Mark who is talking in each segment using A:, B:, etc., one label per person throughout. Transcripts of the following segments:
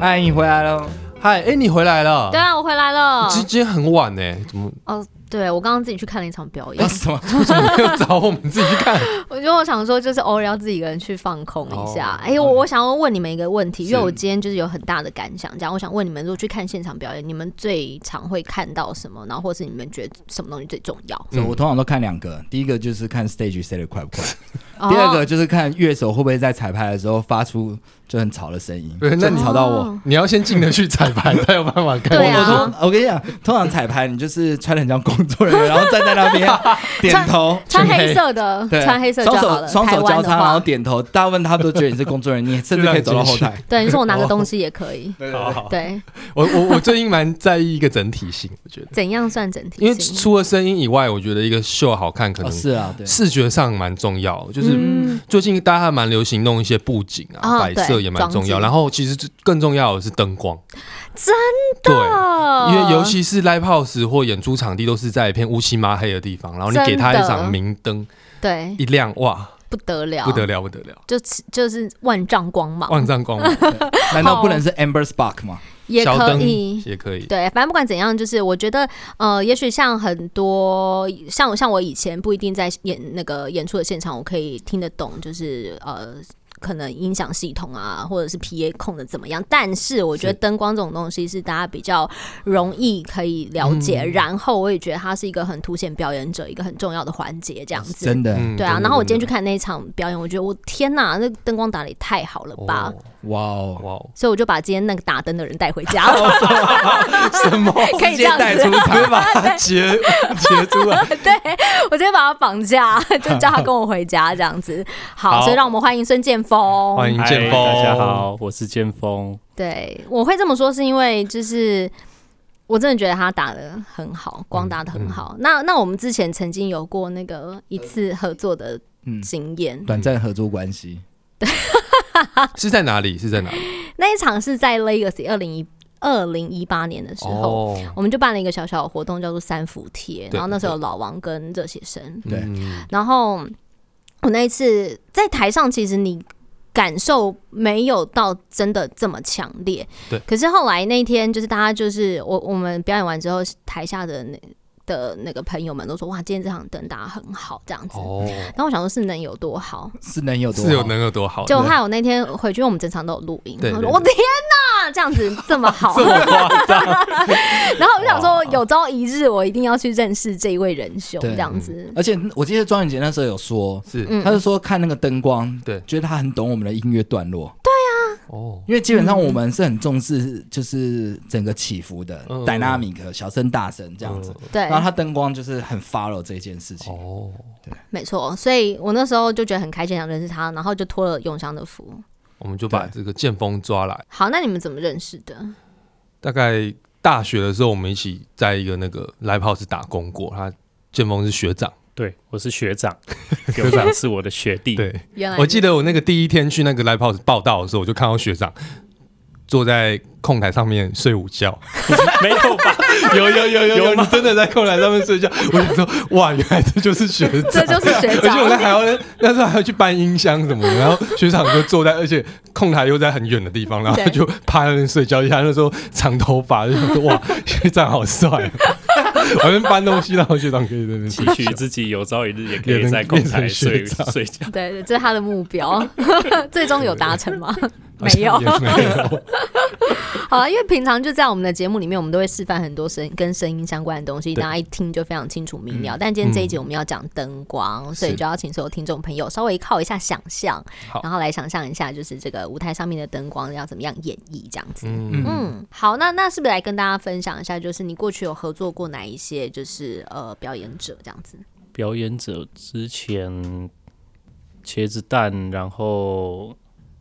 A: 哎，你回来了，
B: 嗨，哎，你回来了
C: 对，啊，我回来了。
B: 今今天很晚呢，怎 么
C: 哦，对，我刚刚自己去看了一场表演
A: 那，什么？
B: 为什么没有找我们自己去 看？
C: 我就我想说，就是偶尔要自己一个人去放空一下
B: 哦。
C: 哎、我我想要问你们一个问题，因为
A: 是
C: 我今天就是有很大的感想，这样我想问你们，如果去看现场表演，你们最常会看到什么？然后或是你们觉得什么东西最重要？
B: 嗯
A: 我通常都看两个，第一个就是看 stage set 的快不快，
C: 哦
A: 第二个就是看乐手会不会在彩排的时候发出就很吵的声音，
B: 对那
A: 就很
B: 你
A: 吵到我。
C: 哦
B: 你要先进得去彩排，才有办法看。
C: 对
A: 我
C: 啊
A: 通我跟你讲，通常彩排你就是穿的很像工作人员，然后站在那 边点头，
C: 穿
B: 全黑
C: 黑色的，
A: 对，
C: 穿黑色就
A: 双
C: 好
A: 手
C: 了。
A: 双
C: 台
A: 手
C: 湾
A: 交
C: 的
A: 叉，然后
C: 话，
A: 点头，大部分他们都觉得你是工作人员，你甚至可以走到后台。
C: 对，你说我
A: 哦
C: 拿个东西也可以。
A: 对
B: 好好，
C: 对，
B: 我我我最近蛮在意一个整体性，我觉 得，
C: 怎样算整体
B: 因为
C: 性？
B: 除了声音以外，我觉得一个秀好看，可
A: 哦
B: 能
A: 是啊，对，
B: 视觉上蛮重要，就是
C: 嗯
B: 最近大家还蛮流行弄一些布景
C: 啊
B: 啊，摆设也蛮重
C: 对
B: 要。
C: 装置
B: 然后其实最更重要的是灯光，
C: 真
B: 对，
C: 的，
B: 因为尤其是 live house 或演出场地都是在一片乌漆麻黑的地方，然后你给他一
C: 真
B: 盏
C: 的
B: 明灯
C: 哦对
B: 一亮，哇，
C: 不得了，哦
B: 不得了不得了，
C: 就就是万丈光芒，
B: 万丈光芒，
A: 难道不能是 Amber Spark 吗？
C: 也
B: 小
C: 可
B: 灯
C: 以，
B: 也可以，
C: 对，反正不管怎样，就是我觉得，呃，也许像很多像像我以前不一定在演那个演出的现场，我可以听得懂，就是呃。可能音响系统啊，或者是 PA 控的怎么样？但是我觉得
B: 是
C: 灯光这种东西是大家比较容易可以了解，
B: 嗯
C: 然后我也觉得它是一个很凸显表演者一个很重要的环节，这样子。
A: 真的，
B: 嗯
C: 对啊，然后我今天去
B: 去
C: 看那一场表演，我觉得我天哪，那灯光打的也太好了吧！
A: 哇哦，
B: 哇哦，
C: 所以我就把今天那个打灯的人带回家了。
B: 什么？
C: 可以这样子
A: 直接带出场
B: 直接把 它截截出来，
C: 对我直接把他绑架，就叫他跟我回家这样子。好，
D: 好
C: 所以让我们欢迎孙建峰。
B: 欢迎
D: 嗨
B: 剑锋，
D: 大家，好，我是剑锋。
C: 对，我会这么说是因为就是。我真的觉得他打的很好，光打的很好。那那我们之前曾经有过那个一次合作的
A: 嗯，
C: 经验，
A: 短暂合作关系，
B: 是在哪里？是在哪里？
C: 那一场是在 Legacy 二零一二零一八年的时候，
B: 哦，
C: 我们就办了一个小小的活动，叫做三伏贴。
B: 对
C: 然后那时候有老王跟热血生，
A: 对
B: 嗯
C: 然后我那一次在台上，其实你感受没有到真的这么强烈。
B: 对
C: 可是后来那一天，就是大家就是我我们表演完之后，台下的那的那个朋友们都说：“哇，今天这场灯打得很好，这样子。
B: 哦，
C: 然后我想说，是能有多好？
A: 是能有多
B: 是有
A: 好
B: 能有多好？
C: 就害我那天回去，因为我们整场都有录音，
B: 对
C: 然后
B: 对
C: 说我天哪，这样子这么 好，然后我就想说，有朝一日我一定要去认识这一位仁兄，
A: 对
C: 这样
B: 嗯
C: 子。
A: 而且我记得庄远杰那时候有说，
B: 是
C: 嗯
A: 他是说看那个灯光，
B: 对
A: 觉得他很懂我们的音乐段落，
B: 哦，
A: 因为基本上我们是很重视就是整个起伏的
B: 嗯
A: dynamic，小声大声这样子。
C: 对，
A: 然后他灯光就是很 follow 这件事情，
B: 哦，
C: 没错，所以我那时候就觉得很开心，想认识他，然后就托了永祥的福。
B: 我们就把
A: 对
B: 这个剑锋抓来。
C: 好，那你们怎么认识的？
B: 大概大学的时候，我们一起在一个那个 live house 打工过。他剑锋是学长，
D: 对，我是学 长，学长是我的学弟。
B: 对
C: 原来
B: 我记得我那个第一天去那个 live house 报道的时候，我就看到学长坐在控台上面睡午觉。
D: 没有吧？
B: 有有有有
D: 有
B: 有，
D: 吗
B: 你真的在控台上面 睡觉？我想说，哇，原来这就是学长。
C: 这就是学
B: 而且 我那
C: 长，
B: 还要那时候还要去搬音箱什么的，然后学长就坐在，而且控台又在很远的地方，然后他
C: 对
B: 就趴在那边睡觉。一下那时候长头发， 就想说哇，学长好帅哦，我们搬东西，然后学长可以在那边
D: 期
B: 睡觉
D: 许自己有朝一日也可
B: 也
D: 以
B: 能
D: 在公台
B: 变成学
D: 睡
B: 长
D: 睡觉。
C: 对对，这是他的目标， 最终有达成吗？没有
B: 好。像 也没有，
C: 好了，因为平常就在我们的节目里面，我们都会示范很多声跟声音相关的东西，
B: 对
C: 大家一听就非常清楚明了。但今天这一集我们要讲灯光，所以就要请所有听众朋友稍微靠一下想象，
B: 好
C: 然后来想象一下，就是这个舞台上面的灯光要怎么样演绎这样子。
B: 嗯，
C: 嗯，好，那那是不是来跟大家分享一下，就是你过去有合作过哪一些，就是呃表演者这样子？
D: 表演者之前茄子蛋，然后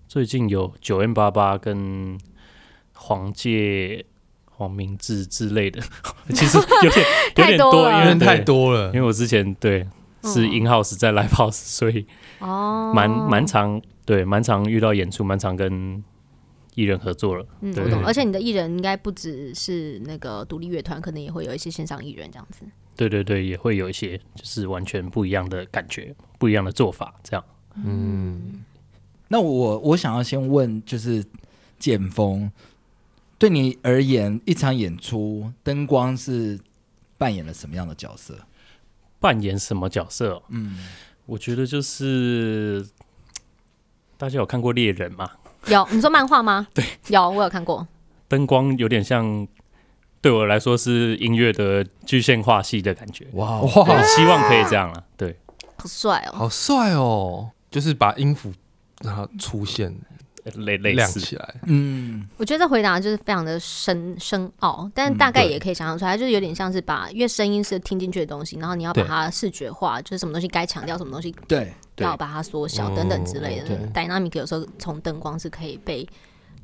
D: 最近有九 N 八八跟黄介、黄明志之类的， 其实有点有
C: 太
D: 点
C: 多
D: 多，
C: 了
D: 因为
B: 人太
D: 对
B: 多了
D: 因，为我之前对是 in house 在 live house，所 以
C: 哦
D: 蛮蛮常对蛮常遇到演出，蛮常跟艺人合作了。
C: 嗯，
D: 对
C: 我懂。而且你的艺人应该不只是那个独立乐团，可能也会有一些线上艺人这样子。
D: 对对对，也会有一些就是完全不一样的感觉，不一样的做法，这样。
B: 嗯，
A: 那我我想要先问，就是剑锋，对你而言，一场演出，灯光是扮演了什么样的角色？
D: 扮演什么角色、哦？
A: 嗯，
D: 我觉得就是大家有看过猎人嘛，
C: 有你说漫画吗？对，有我有看过。
D: 灯光有点像，对我来说是音乐的具现化系的感觉。
A: 哇哦，
D: 对
B: 哇，
D: 希望可以这样了。对，
C: 好帅哦！
B: 好帅哦！就是把音符让它出现
D: 类类
B: 亮
D: 似，
B: 起来，
A: 嗯，
C: 我觉得这回答就是非常的深深奥，但
A: 嗯
C: 大概
B: 对
C: 也可以想象出来，就是有点像是把，因为声音是听进去的东西，然后你要把
B: 对
C: 它视觉化，就是什么东西该强调，什么东西
A: 对，
D: 对
C: 要把它缩小等等之类的
A: 嗯。
C: dynamic 有时候从灯光是可以被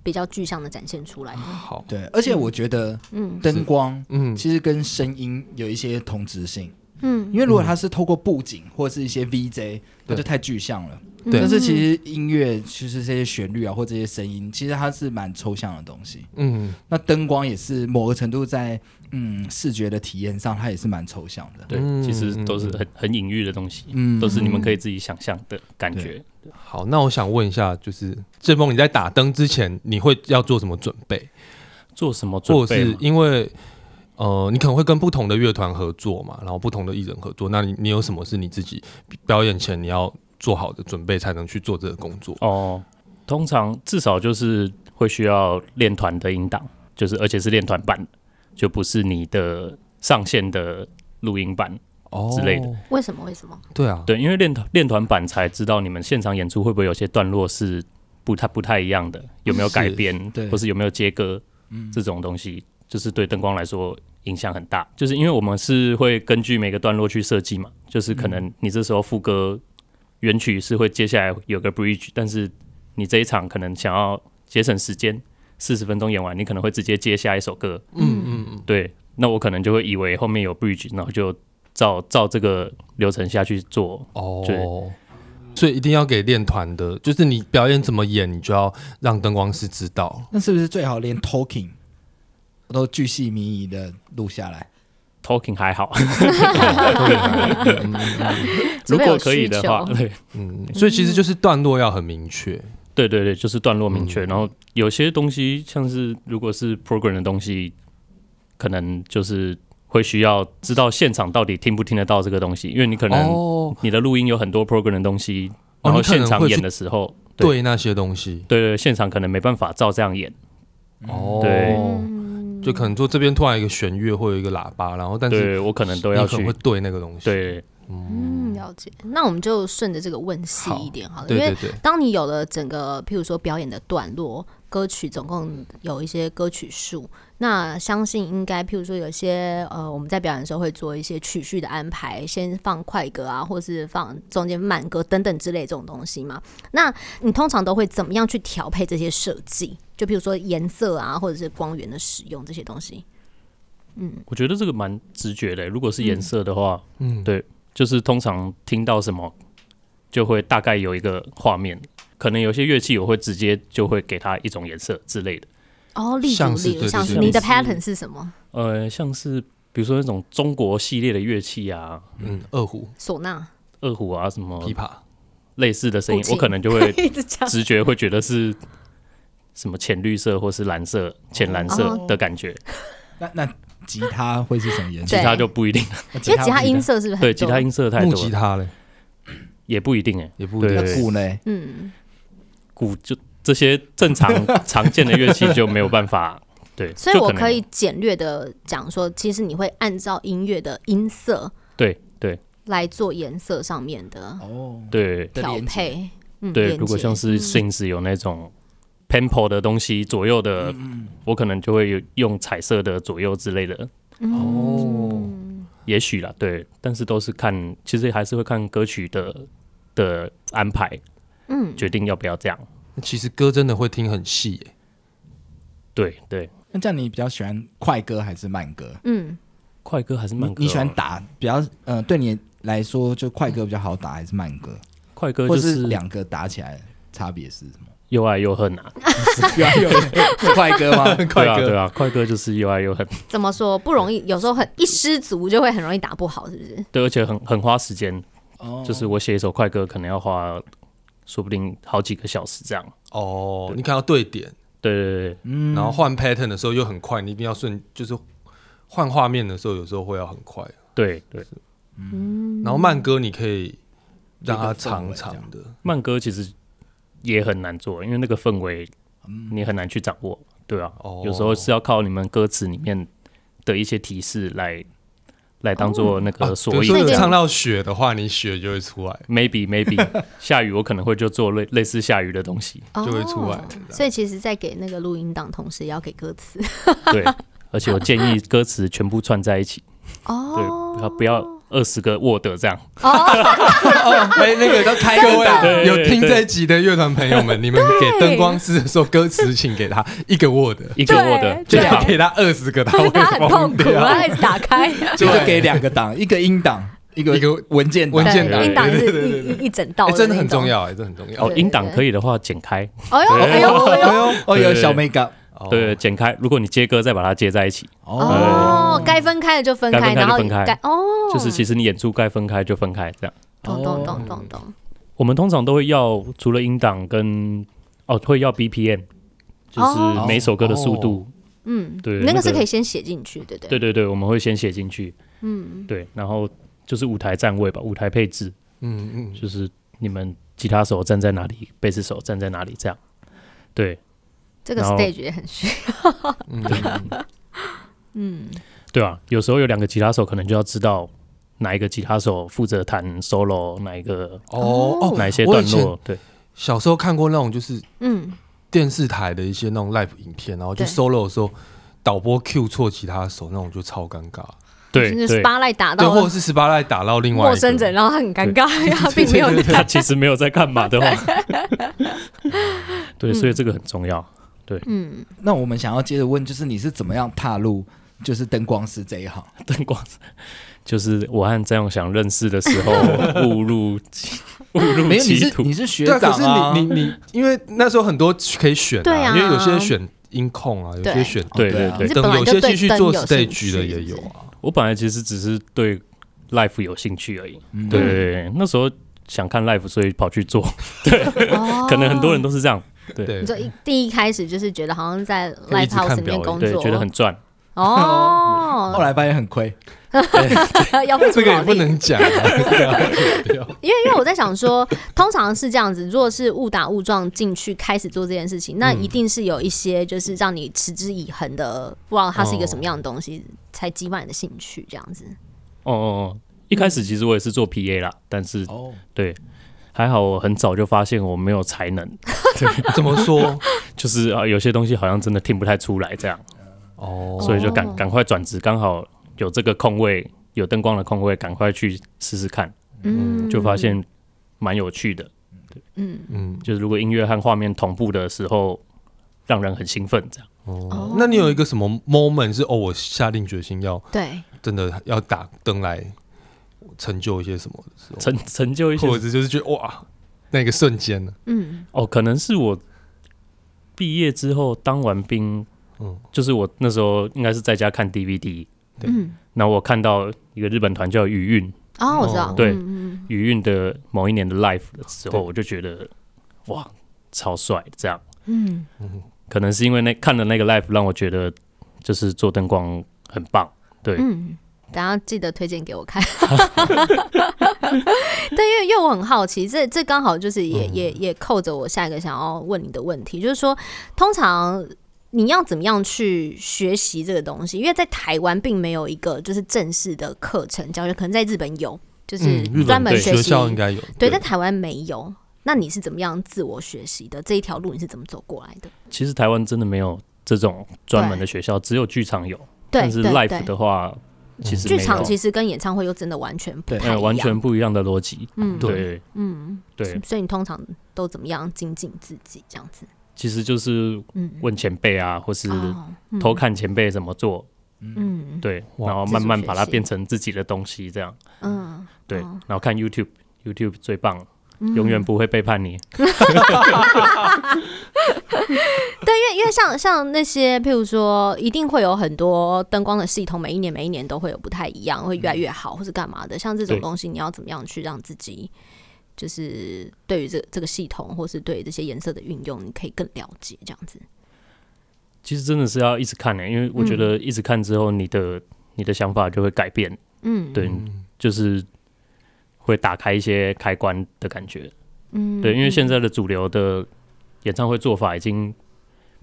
C: 比较具象的展现出来的。
B: 好，
A: 对，而且我觉得
C: 嗯
A: 灯光
B: 嗯，
A: 其实跟声音有一些同质性，
C: 嗯，
A: 因为如果它是透过布景或是一些 VJ，那就
B: 对
A: 太具象了。
C: 嗯
B: 对
A: 但是其实音乐，其实这些旋律啊或这些声音，其实它是蛮抽象的东西。
B: 嗯，
A: 那灯光也是某个程度在嗯视觉的体验上，它也是蛮抽象的。
D: 对，
B: 嗯
D: 其实都是很很隐喻的东西，
A: 嗯
D: 都是你们可以自己想象的感觉。
B: 好，那我想问一下，就是建峰，你在打灯之前，你会要做什么准备？
D: 做什么
B: 或
D: 准
B: 者
D: 备
B: 是
D: 吗？
B: 因为呃，你可能会跟不同的乐团合作嘛，然后不同的艺人合作，那你你有什么是你自己表演前你要做好的准备，才能去做这个工作？
D: 哦，通常至少就是会需要练团的音档，就是而且是练团版的，就不是你的上线的录音版。
B: 哦
D: 之类的，
C: 为什么？为什么？
B: 对啊，
D: 对，因为练团练团版才知道你们现场演出会不会有些段落是不太不太一样的，有没有
B: 是
D: 改编，
A: 对
D: 或是有没有接歌，这种东西就是对灯光来说影响很大。就是因为我们是会根据每个段落去设计嘛，就是可能你这时候副歌原曲是会接下来有个 bridge，但是你这一场可能想要节省时间，四十分钟演完，你可能会直接接下一首歌，
B: 嗯嗯嗯，
D: 对，那我可能就会以为后面有 bridge，然后就照照这个流程下去做对
B: 哦。所以一定要给练团的，就是你表演怎么演，你就要让灯光师知道。
A: 那是不是最好连 talking 都巨细靡遗的录下来？
D: talking 还好，
C: 除
D: 如
C: 非
D: 果
C: 有
D: 可以
C: 需
D: 的话，
C: 求
D: 对
B: 嗯，所以其实就是段落要很明确。
D: 对对对，就是段落明确。
B: 嗯
D: 然后有些东西，像是如果是 program 的东西，可能就是会需要知道现场到底听不听得到这个东西，因为你可能
B: 哦，
D: 你的录音有很多 program 的东西，
B: 哦
D: 然后
B: 你可
D: 现
B: 能
D: 场
B: 会
D: 演
B: 去
D: 的时候，对
B: 对那些东西。
D: 对对，现场可能没办法照这样演。
B: 哦，
D: 对
C: 嗯
B: 就可能说这边突然有一个弦乐或有一个喇叭，然后但是
D: 对我可能都
B: 你
D: 要
B: 可能
D: 去
B: 会，对那个东西。，
D: 对
C: 嗯，了解。那我们就顺着这个问细一点好了，
B: 对
C: 因为
B: 对对，
C: 当你有了整个，譬如说表演的段落，歌曲总共有一些歌曲数，那相信应该，譬如说有些呃，我们在表演的时候会做一些曲序的安排，先放快歌啊，或是放中间慢歌等等之类这种东西嘛。那你通常都会怎么样去调配这些设计？就譬如说颜色啊，或者是光源的使用这些东西。
D: 我觉得这个蛮直觉的。如果是颜色的话，
B: 嗯，
D: 对就是通常听到什么，就会大概有一个画面。可能有些乐器我会直接就会给它一种颜色之类的。
C: 哦，例如
B: 像是
C: 例如，
B: 对
C: 像
B: 对
C: 是
D: 对
C: 你的
D: 像是
C: pattern 是什么？
D: 呃，像是比如说那种中国系列的乐器啊，
B: 嗯，二胡、
C: 唢呐，
D: 二胡啊什么
B: 琵琶，
D: 类似的声音
C: 古，
D: 我
C: 琴
D: 可能就会
C: 一直讲。
D: 直觉会觉得是什么浅绿色或是蓝色、浅蓝色的感觉，
A: 那那吉他会是什么颜色
D: 吉
C: 对？
D: 他就不一定，
A: 那
C: 因为吉他
A: 会是
C: 音色是不是很
D: 对，吉他
C: 多
D: 音色太
B: 木
D: 多
B: 吉
D: 了，
B: 他嘞，
D: 也不一定哎，
B: 也不一
A: 那
B: 定。
D: 对
A: 鼓嘞，
C: 嗯，
D: 鼓就这些正常 常见的乐器就没有办法，对，
C: 所以
D: 就
C: 我
D: 能
C: 可以简略的讲说，其实你会按照音乐的音色
D: 对对
C: 来做颜色上面的
A: 哦，
D: 对
A: 的
C: 调
A: 连接
C: 配。嗯，
D: 对，
C: 连
D: 如果
C: 接
D: 像是 Sings 有那种 Tempo 的东西左右
A: 嗯
D: 的，我可能就会有用彩色的左右之类的。
C: 嗯
B: 哦，
D: 也许啦，对，但是都是看，其实还是会看歌曲的的安排，
C: 嗯，
D: 决定要不要这样。
B: 那其实歌真的会听很细耶。
D: 对对，
A: 那这样你比较喜欢快歌还是慢歌？
C: 嗯，
D: 快歌还是慢
A: 你
D: 歌哦、
A: 你喜欢打比较呃，对你来说就快歌比较好打，还是慢歌，
D: 快歌
A: 或
D: 就是
A: 两个打起来差别是什么？
D: 又爱又恨啊，
A: 有有快歌吗？
D: 对啊对啊，快歌就是又爱又 恨，
C: 怎么说不容易？有时候很一失足就会很容易打不好，是不是？
D: 对，而且很很花时间，
A: 哦
D: 就是我写一首快歌可能要花，说不定好几个小时这样。
B: 哦，你看到对点，
D: 对对对，
A: 嗯
B: 然后换 pattern 的时候又很快，你一定要顺，就是换画面的时候有时候会要很快，
D: 对对，
C: 嗯
B: 然后慢歌你可以让它
A: 有一个氛
B: 长
A: 围
B: 长
A: 这样
B: 的，
D: 慢歌其实也很难做，因为那个氛围你很难去掌握，对啊，
B: 嗯哦
D: 有时候是要靠你们歌词里面的一些提示来来当做那
B: 啊
D: 个
B: 比
D: 索
B: 如
D: 引
B: 说
C: 那
B: 有
C: 个
D: 这样。
B: 唱到雪的话，你雪就会出 来，
D: maybe maybe 下雨我可能会就做类类似下雨的东西，
C: 就
B: 就会出来。
C: 哦所以其实，在给那个录音档同时，也要给歌词
D: 对，而且我建议歌词全部串在一起，对，不要不要二十个 word 这样，
C: 哦，
A: 哦，哎，那个都开
B: 各
A: 个
B: 位
D: 对
B: 哎有听这一集的乐团朋友们，你们给灯光师的时候，歌词请给他一个 word，
D: 一个 word
B: 就
C: 对
D: 最
B: 要
D: 好。
B: 给他二十个，他
C: 他
B: 会
C: 很痛
B: 疯
C: 苦，啊
B: 掉。
C: 他一直打开。
A: 就给两个档，一 个音档，一个
B: 一个
A: 文件档
B: 文件
C: 对，音档是一一一整道
B: 哎，
C: 的，
B: 真的很重。要，哎，真的很重要
D: 哦，。
C: 对
D: 音档可以的话剪开，
C: 哎呦哎呦哎呦！
A: 哦哦，有小美感
B: 哦
D: 对，，剪开。如果你接歌再把它接在一起，
C: 哦，该分开的就分
D: 该分开
C: 然
D: 就
C: 后
D: 分开
C: 该哦，
D: 就是其实你演出该分开就分开这样。
C: 懂懂懂懂懂。
D: 我们通常都会要除了音档跟哦会要 BPM，就是每首歌的速度。
C: 哦嗯，
D: 对
C: 那个是
D: 那个
C: 可以先写进去，对不对？
D: 对对对，我们会先写进去。嗯，对，然后就是舞台站位吧，舞台配置
B: 嗯嗯，
D: 就是你们吉他手站在哪里，贝斯手站在哪里这样。对
C: 这个
D: 然后
C: stage 也很需要。 嗯，
D: 对啊，有时候有两个吉他手，可能就要知道哪一个吉他手负责弹 solo，哪一个
B: 哦哦，
D: 哪一些
B: 我
D: 段
B: 以前
D: 落。对，
B: 小时候看过那种就是
C: 嗯，
B: 电视台的一些那种 live 影片，然后就
C: 对
B: solo 的时候，导播 Q 错吉他手，那种就超尴尬。
D: 对
C: 就是
D: 对
C: s p，a l i 打
B: 对，
C: 到
B: 或者是十八赖打到另外一个
C: 陌生人，然后他很尴尬，因为 他并没有
B: 对对
D: 他其实没有在干嘛 的话，对，
C: 嗯
D: 所以这个很重要。
C: 嗯，
A: 那我们想要接着问，就是你是怎么样踏入就是灯光师这一行？
D: 灯光就是我和张永祥认识的时 候误入歧误入
A: 没有，你
D: 歧
A: 是
D: 途
A: 你，是学
B: 对啊，可
A: 长
B: 是
A: 啊，
B: 你你你，因为那时候很多可以选
C: 对啊
B: 因为有些选音控啊，有些
C: 对
B: 选
D: 对
A: 对
D: 对
A: 啊
C: 你，
D: 对
C: 是
B: 等
C: 本来
B: 有
C: 就
B: 些
C: 对
B: 继续
C: 灯
B: 做
C: 有兴
B: stage
C: 趣
B: 的
C: 是
B: 也
C: 不是
B: 有啊。
D: 我本来其实只是对 life 有兴趣而已，
A: 嗯
D: 对对，对，那时候想看 life，所以跑去做，
C: 哦
D: 可能很多人都是这样，
B: 对
C: 你，就一第一开始就是觉得好像在 live
B: 直看
C: house 里
B: 表
C: 面
B: 演
C: 工
D: 对，
C: 作，
D: 觉得很赚，
A: 后
C: 哦，
A: 来发现很亏，
C: 要付出
B: 这个也
C: 劳
B: 不
C: 力。
B: 能讲啊，
C: 因为因为我在想说，通常是这样子，如果是误打误撞进去开始做这件事情，
D: 嗯
B: 嗯
C: 那一定是有一些就是让你持之以恒的，不知道它是一个什么样的东西，才激发你的兴趣这样子。
D: 哦哦哦，一开始其实我也是做 PA 啦，但是
A: 哦，
D: 对，还好我很早就发现我没有才能，
B: 怎么说？
D: 就是啊、有些东西好像真的听不太出来这样，
B: 哦，
D: 所以就
C: 哦
D: 赶赶快转职，刚好有这个空位，有灯光的空位，赶快去试试看，
C: 嗯，
D: 就发现蛮有趣的。
C: 嗯，
B: 嗯，
D: 就是如果音乐和画面同步的时候，让人很兴奋这样。
B: 哦，那你有一个什么 moment 是哦，我下定决心要
C: 对，
B: 真的要打灯来成就一些什么的时候，
D: 成成就一些
B: 哦或者就是觉得哇，那个瞬间呢？
C: 嗯
D: 哦，可能是我毕业之后当完兵，
B: 嗯
D: 就是我那时候应该是在家看 DVD，
B: 对
C: 嗯，
D: 然后我看到一个日本团叫雨韵，
C: 哦，我知道
B: 哦，
D: 对
C: 嗯嗯
D: 雨韵的某一年的 Life 的时候，
B: 对
D: 我就觉得哇，超帅！这样
C: 嗯，
D: 可能是因为那看了那个 Life，让我觉得就是做灯光很棒。对，
C: 嗯，等下记得推荐给我看。 对，因为因为我很好奇，这这刚好就是也、也也扣着我下一个想要问你的问题，就是说，通常你要怎么样去学习这个东西？因为在台湾并没有一个就是正式的课程教学，可能在日本有，就是
B: 嗯日
C: 专
B: 本
C: 门
B: 对
C: 学
B: 学
C: 习。
B: 校应该有，
C: 对，但台湾没有。那你是怎么样自我学习的？这一条路你是怎么走过来的？
D: 其实台湾真的没有这种专门的学校，只有剧场有，
C: 对
D: 但是
C: 对
D: Life
C: 对，
D: 的话，其实没
C: 剧
D: 有
C: 场其实跟演唱会又真的完全不
A: 对
C: 太一
D: 呃
C: 样，
D: 完全不一样的逻辑。
C: 嗯
D: 对
C: 嗯，
D: 对，
C: 所以你通常都怎么样精进自己这样子？
D: 其实就是
C: 嗯，
D: 问前辈啊，或是
C: 哦
D: 偷，看前辈怎么做，
C: 嗯嗯
D: 对，
B: 哇
D: 然后
C: 自
D: 慢
C: 主
D: 慢
C: 学
D: 把它
C: 习
D: 变成自己的东西，这样。
C: 嗯，
D: 对，
C: 哦
D: 然后看 YouTube。YouTube 最棒，永远不会背叛你。
C: 因为因为像像那些，譬如说，一定会有很多灯光的系统，每一年每一年都会有不太一样，会越来越好，或是干嘛的。像这种
D: 嗯对
C: 东西，你要怎么样去让自己，就是对于这这个系统，或是对这些颜色的运用，你可以更了解这样子。
D: 其实真的是要一直看呢、因为我觉
C: 嗯
D: 得一直看之后，你的、你的想法就会改变，
C: 嗯，
D: 对，就是会打开一些开关的感觉。
C: 嗯，
D: 对，因为现
C: 在
D: 在的主流的演唱会做法已经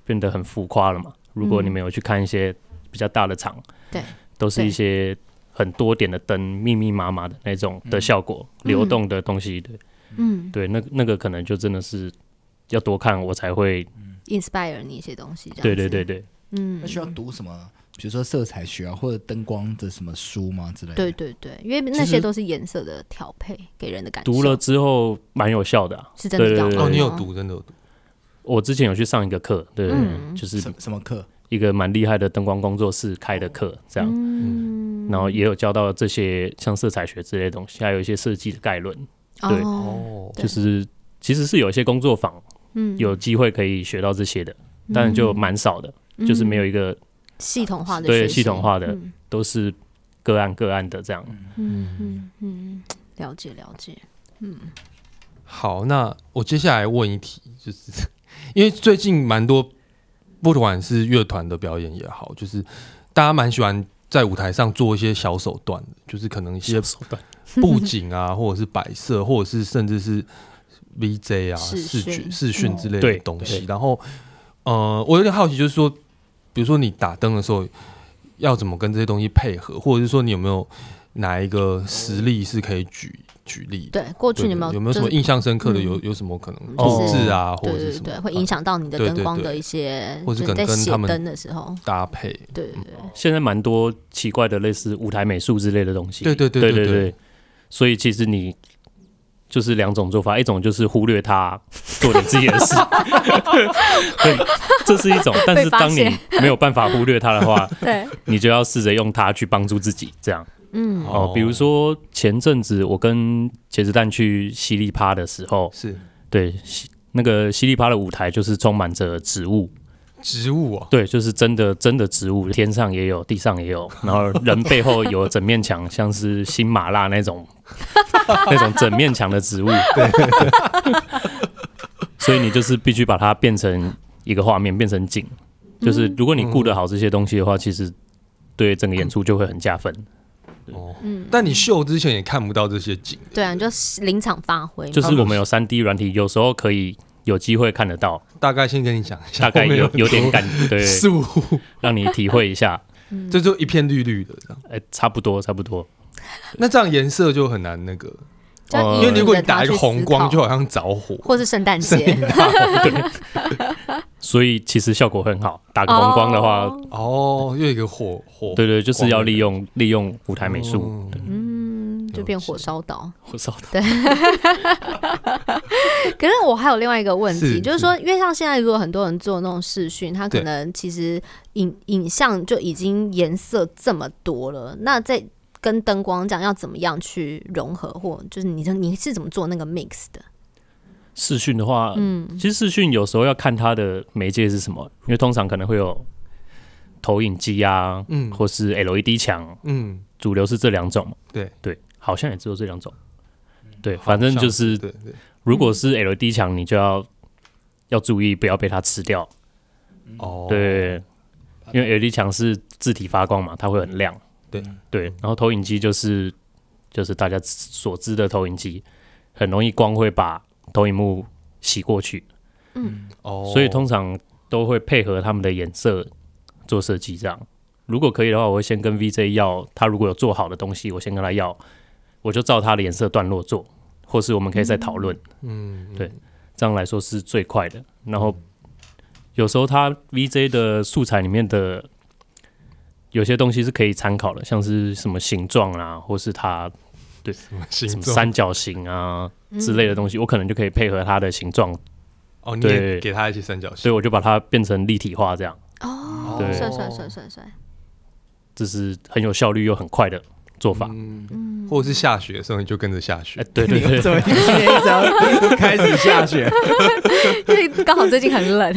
D: 变得很浮夸了嘛。如果你没有去看一些比较大的场，
C: 嗯对，
D: 都是
C: 对
D: 一些很多点的灯，密密麻麻的那种的效果，
C: 嗯
D: 流动的东西，对
C: 嗯
D: 对，那那个可能就真的是要多看我才会，
C: inspire 你一些东西，这样
D: 对对
C: 子
D: 对，对，
C: 嗯
A: 那，需要读什么？比如说色彩学啊，或者灯光的什么书吗之类的？
C: 对，对对，因为那些都是颜色的调配给人的感受，
D: 读了之后蛮有效的、啊。
C: 是真的
D: 对
C: 要
D: 对
B: 哦，
D: 对
B: 你有读，真的有读。
D: 我之前有去上一个课，对对对，
C: 嗯
D: 就是
A: 什什么课？
D: 一个蛮厉害的灯光工作室开的课，这样。
C: 嗯
D: 然后也有教到这些像色彩学之类的东西，还有一些设计的概论，对
C: 哦，
B: 哦，
C: 对
D: 就是其实是有一些工作坊
C: 嗯
D: 有机会可以学到这些的，但就蛮少的，
C: 嗯
D: 就是没有一个
C: 系统化的
D: 对
C: 学习
D: 系统化的
C: 嗯
D: 都是个案个案的这样。
C: 嗯嗯嗯，了解了解，
B: 好，那我接下来问一题，就是 因为最近蛮多，不管是乐团的表演也好，就是大家蛮喜欢在舞台上做一些小手段的，就是可能一些
D: 手段，
B: 布景啊，或者是摆设，或者是甚至是 VJ 啊、
C: 视
B: 视觉、
C: 讯
B: 视讯之类
D: 对
B: 的东西
D: 对。
B: 然后，呃，我有点好奇，就是说，比如说你打灯的时候，要怎么跟这些东西配合，或者是说你有没有哪一个实例是可以举举例的？
C: 对，过哦去你
B: 对对
C: 有
B: 有
C: 有
B: 没有什么印象深刻的？
C: 嗯
B: 有有什么可能
D: 就
B: 布
D: 是
B: 置啊，或
C: 对
B: 者是
C: 对
B: 什么
C: 对，会影响到你的
B: 对
C: 灯
B: 对
C: 光
B: 对
C: 的一些，
B: 或是
C: 就是
B: 跟
C: 在
B: 跟
C: 写
B: 他们
C: 灯的时候，
B: 搭配？
C: 对对
B: 哦
C: 对，
D: 现在蛮多奇怪的类似舞台美术之类的东西。
B: 对对
D: 对
B: 对
D: 对
B: 对
D: 所以其实你。就是两种做法，一种就是忽略它，做你自己的事，对，这是一种。但是
C: 被发
D: 当你
C: 现
D: 没有办法忽略它的话，
C: 对，
D: 你就要试着用它去帮助自己，这样
C: 嗯
D: 哦。比如说前阵子我跟茄子蛋去犀利趴的时候，
B: 是
D: 对，西那个犀利趴的舞台就是充满着植物，
B: 植物啊，
D: 对，就是真的真的植物，天上也有，地上也有，然后人背后有整面墙，像是新麻辣那种那种整面墙的植物，对， 所以你就是必须把它变成一个画面，变成景。就是如果你顾得好这些东西的话，其实对整个演出就会很加分。
B: 哦，
C: 嗯
B: 但你秀之前也看不到这些景，
C: 对啊，你就临场发挥嘛，
D: 就是我们有三 D 软体，有时候可以有机会看得到，
B: 大概先跟你讲一下，
D: 大概
B: 后面
D: 有有点感，对，
B: 树，
D: 让你体会一下。
C: 嗯
B: 这就一片绿绿的这样。
D: 哎、差不多，差不多。
B: 那这样颜色就很难那个，
C: 就
D: 呃
B: 因
C: 引
B: 为如果
C: 着
B: 你
C: 他
B: 打一个
C: 去
B: 红
C: 思
B: 光，
C: 考
B: 就好像着火。
C: 或是圣诞节，
D: 所以其实效果会很好。打个红光的话，
C: 哦
B: 哦，又有一个火火，
D: 对对，就是要利用利用舞台美术。
B: 嗯
C: 嗯，就
B: 了
C: 变
B: 解
C: 火烧岛。
B: 哦
D: 我操，
C: 可是我还有另外一个问题，
B: 是
C: 就是说，因为像现在如果很多人做那种视讯，他可
B: 对
C: 能其实影影像就已经颜色这么多了，那在跟灯光讲要怎么样去融合，或就是你你是怎么做那个 mix 的？
D: 视讯的话，
C: 嗯，
D: 其实视讯有时候要看它的媒介是什么，因为通常可能会有投影机啊，
B: 嗯
D: 或是 LED 墙，
B: 嗯，
D: 主流是这两种嘛。
B: 对
D: 对，好像也只有这两种。对，反正
B: 像
D: 就是
B: 对对
D: 如果是 LED 墙，你就要要注意不要被它吃掉。
C: 嗯
B: 哦，
D: 对，因为 LED 墙是字体发光嘛，它会很亮。
B: 对
D: 对，然后投影机就是就是大家所知的投影机，很容易光会把投影幕洗过去，
B: 哦，
D: 所以通常都会配合他们的颜色做设计。这样，如果可以的话，我会先跟 VJ 要，他如果有做好的东西，我先跟他要，我就照他的颜色段落做，或是我们可以再讨论。
B: 嗯
D: 对这样来说是最快的。然后有时候它 VJ 的素材里面的有些东西是可以参考的，像是什么形状啊，或是它
B: 形
D: 什么
B: 状
D: 三角形啊之类的东西，我可能就可以配合它的形状，
B: 哦，你也
D: 对
B: 给他一些三角
D: 所
B: 形，
D: 以我就把它变成立体化，这样
C: 哦
D: 对
C: 帅帅帅帅帅，
D: 这是很有效率又很快的做法。
B: 嗯，或者是下雪的时候你就跟着下
D: 哎
B: 雪，，
D: 对 对
A: 你
D: 对
A: 怎么今天一直要开始下 雪？
C: 因为刚好最近很 冷。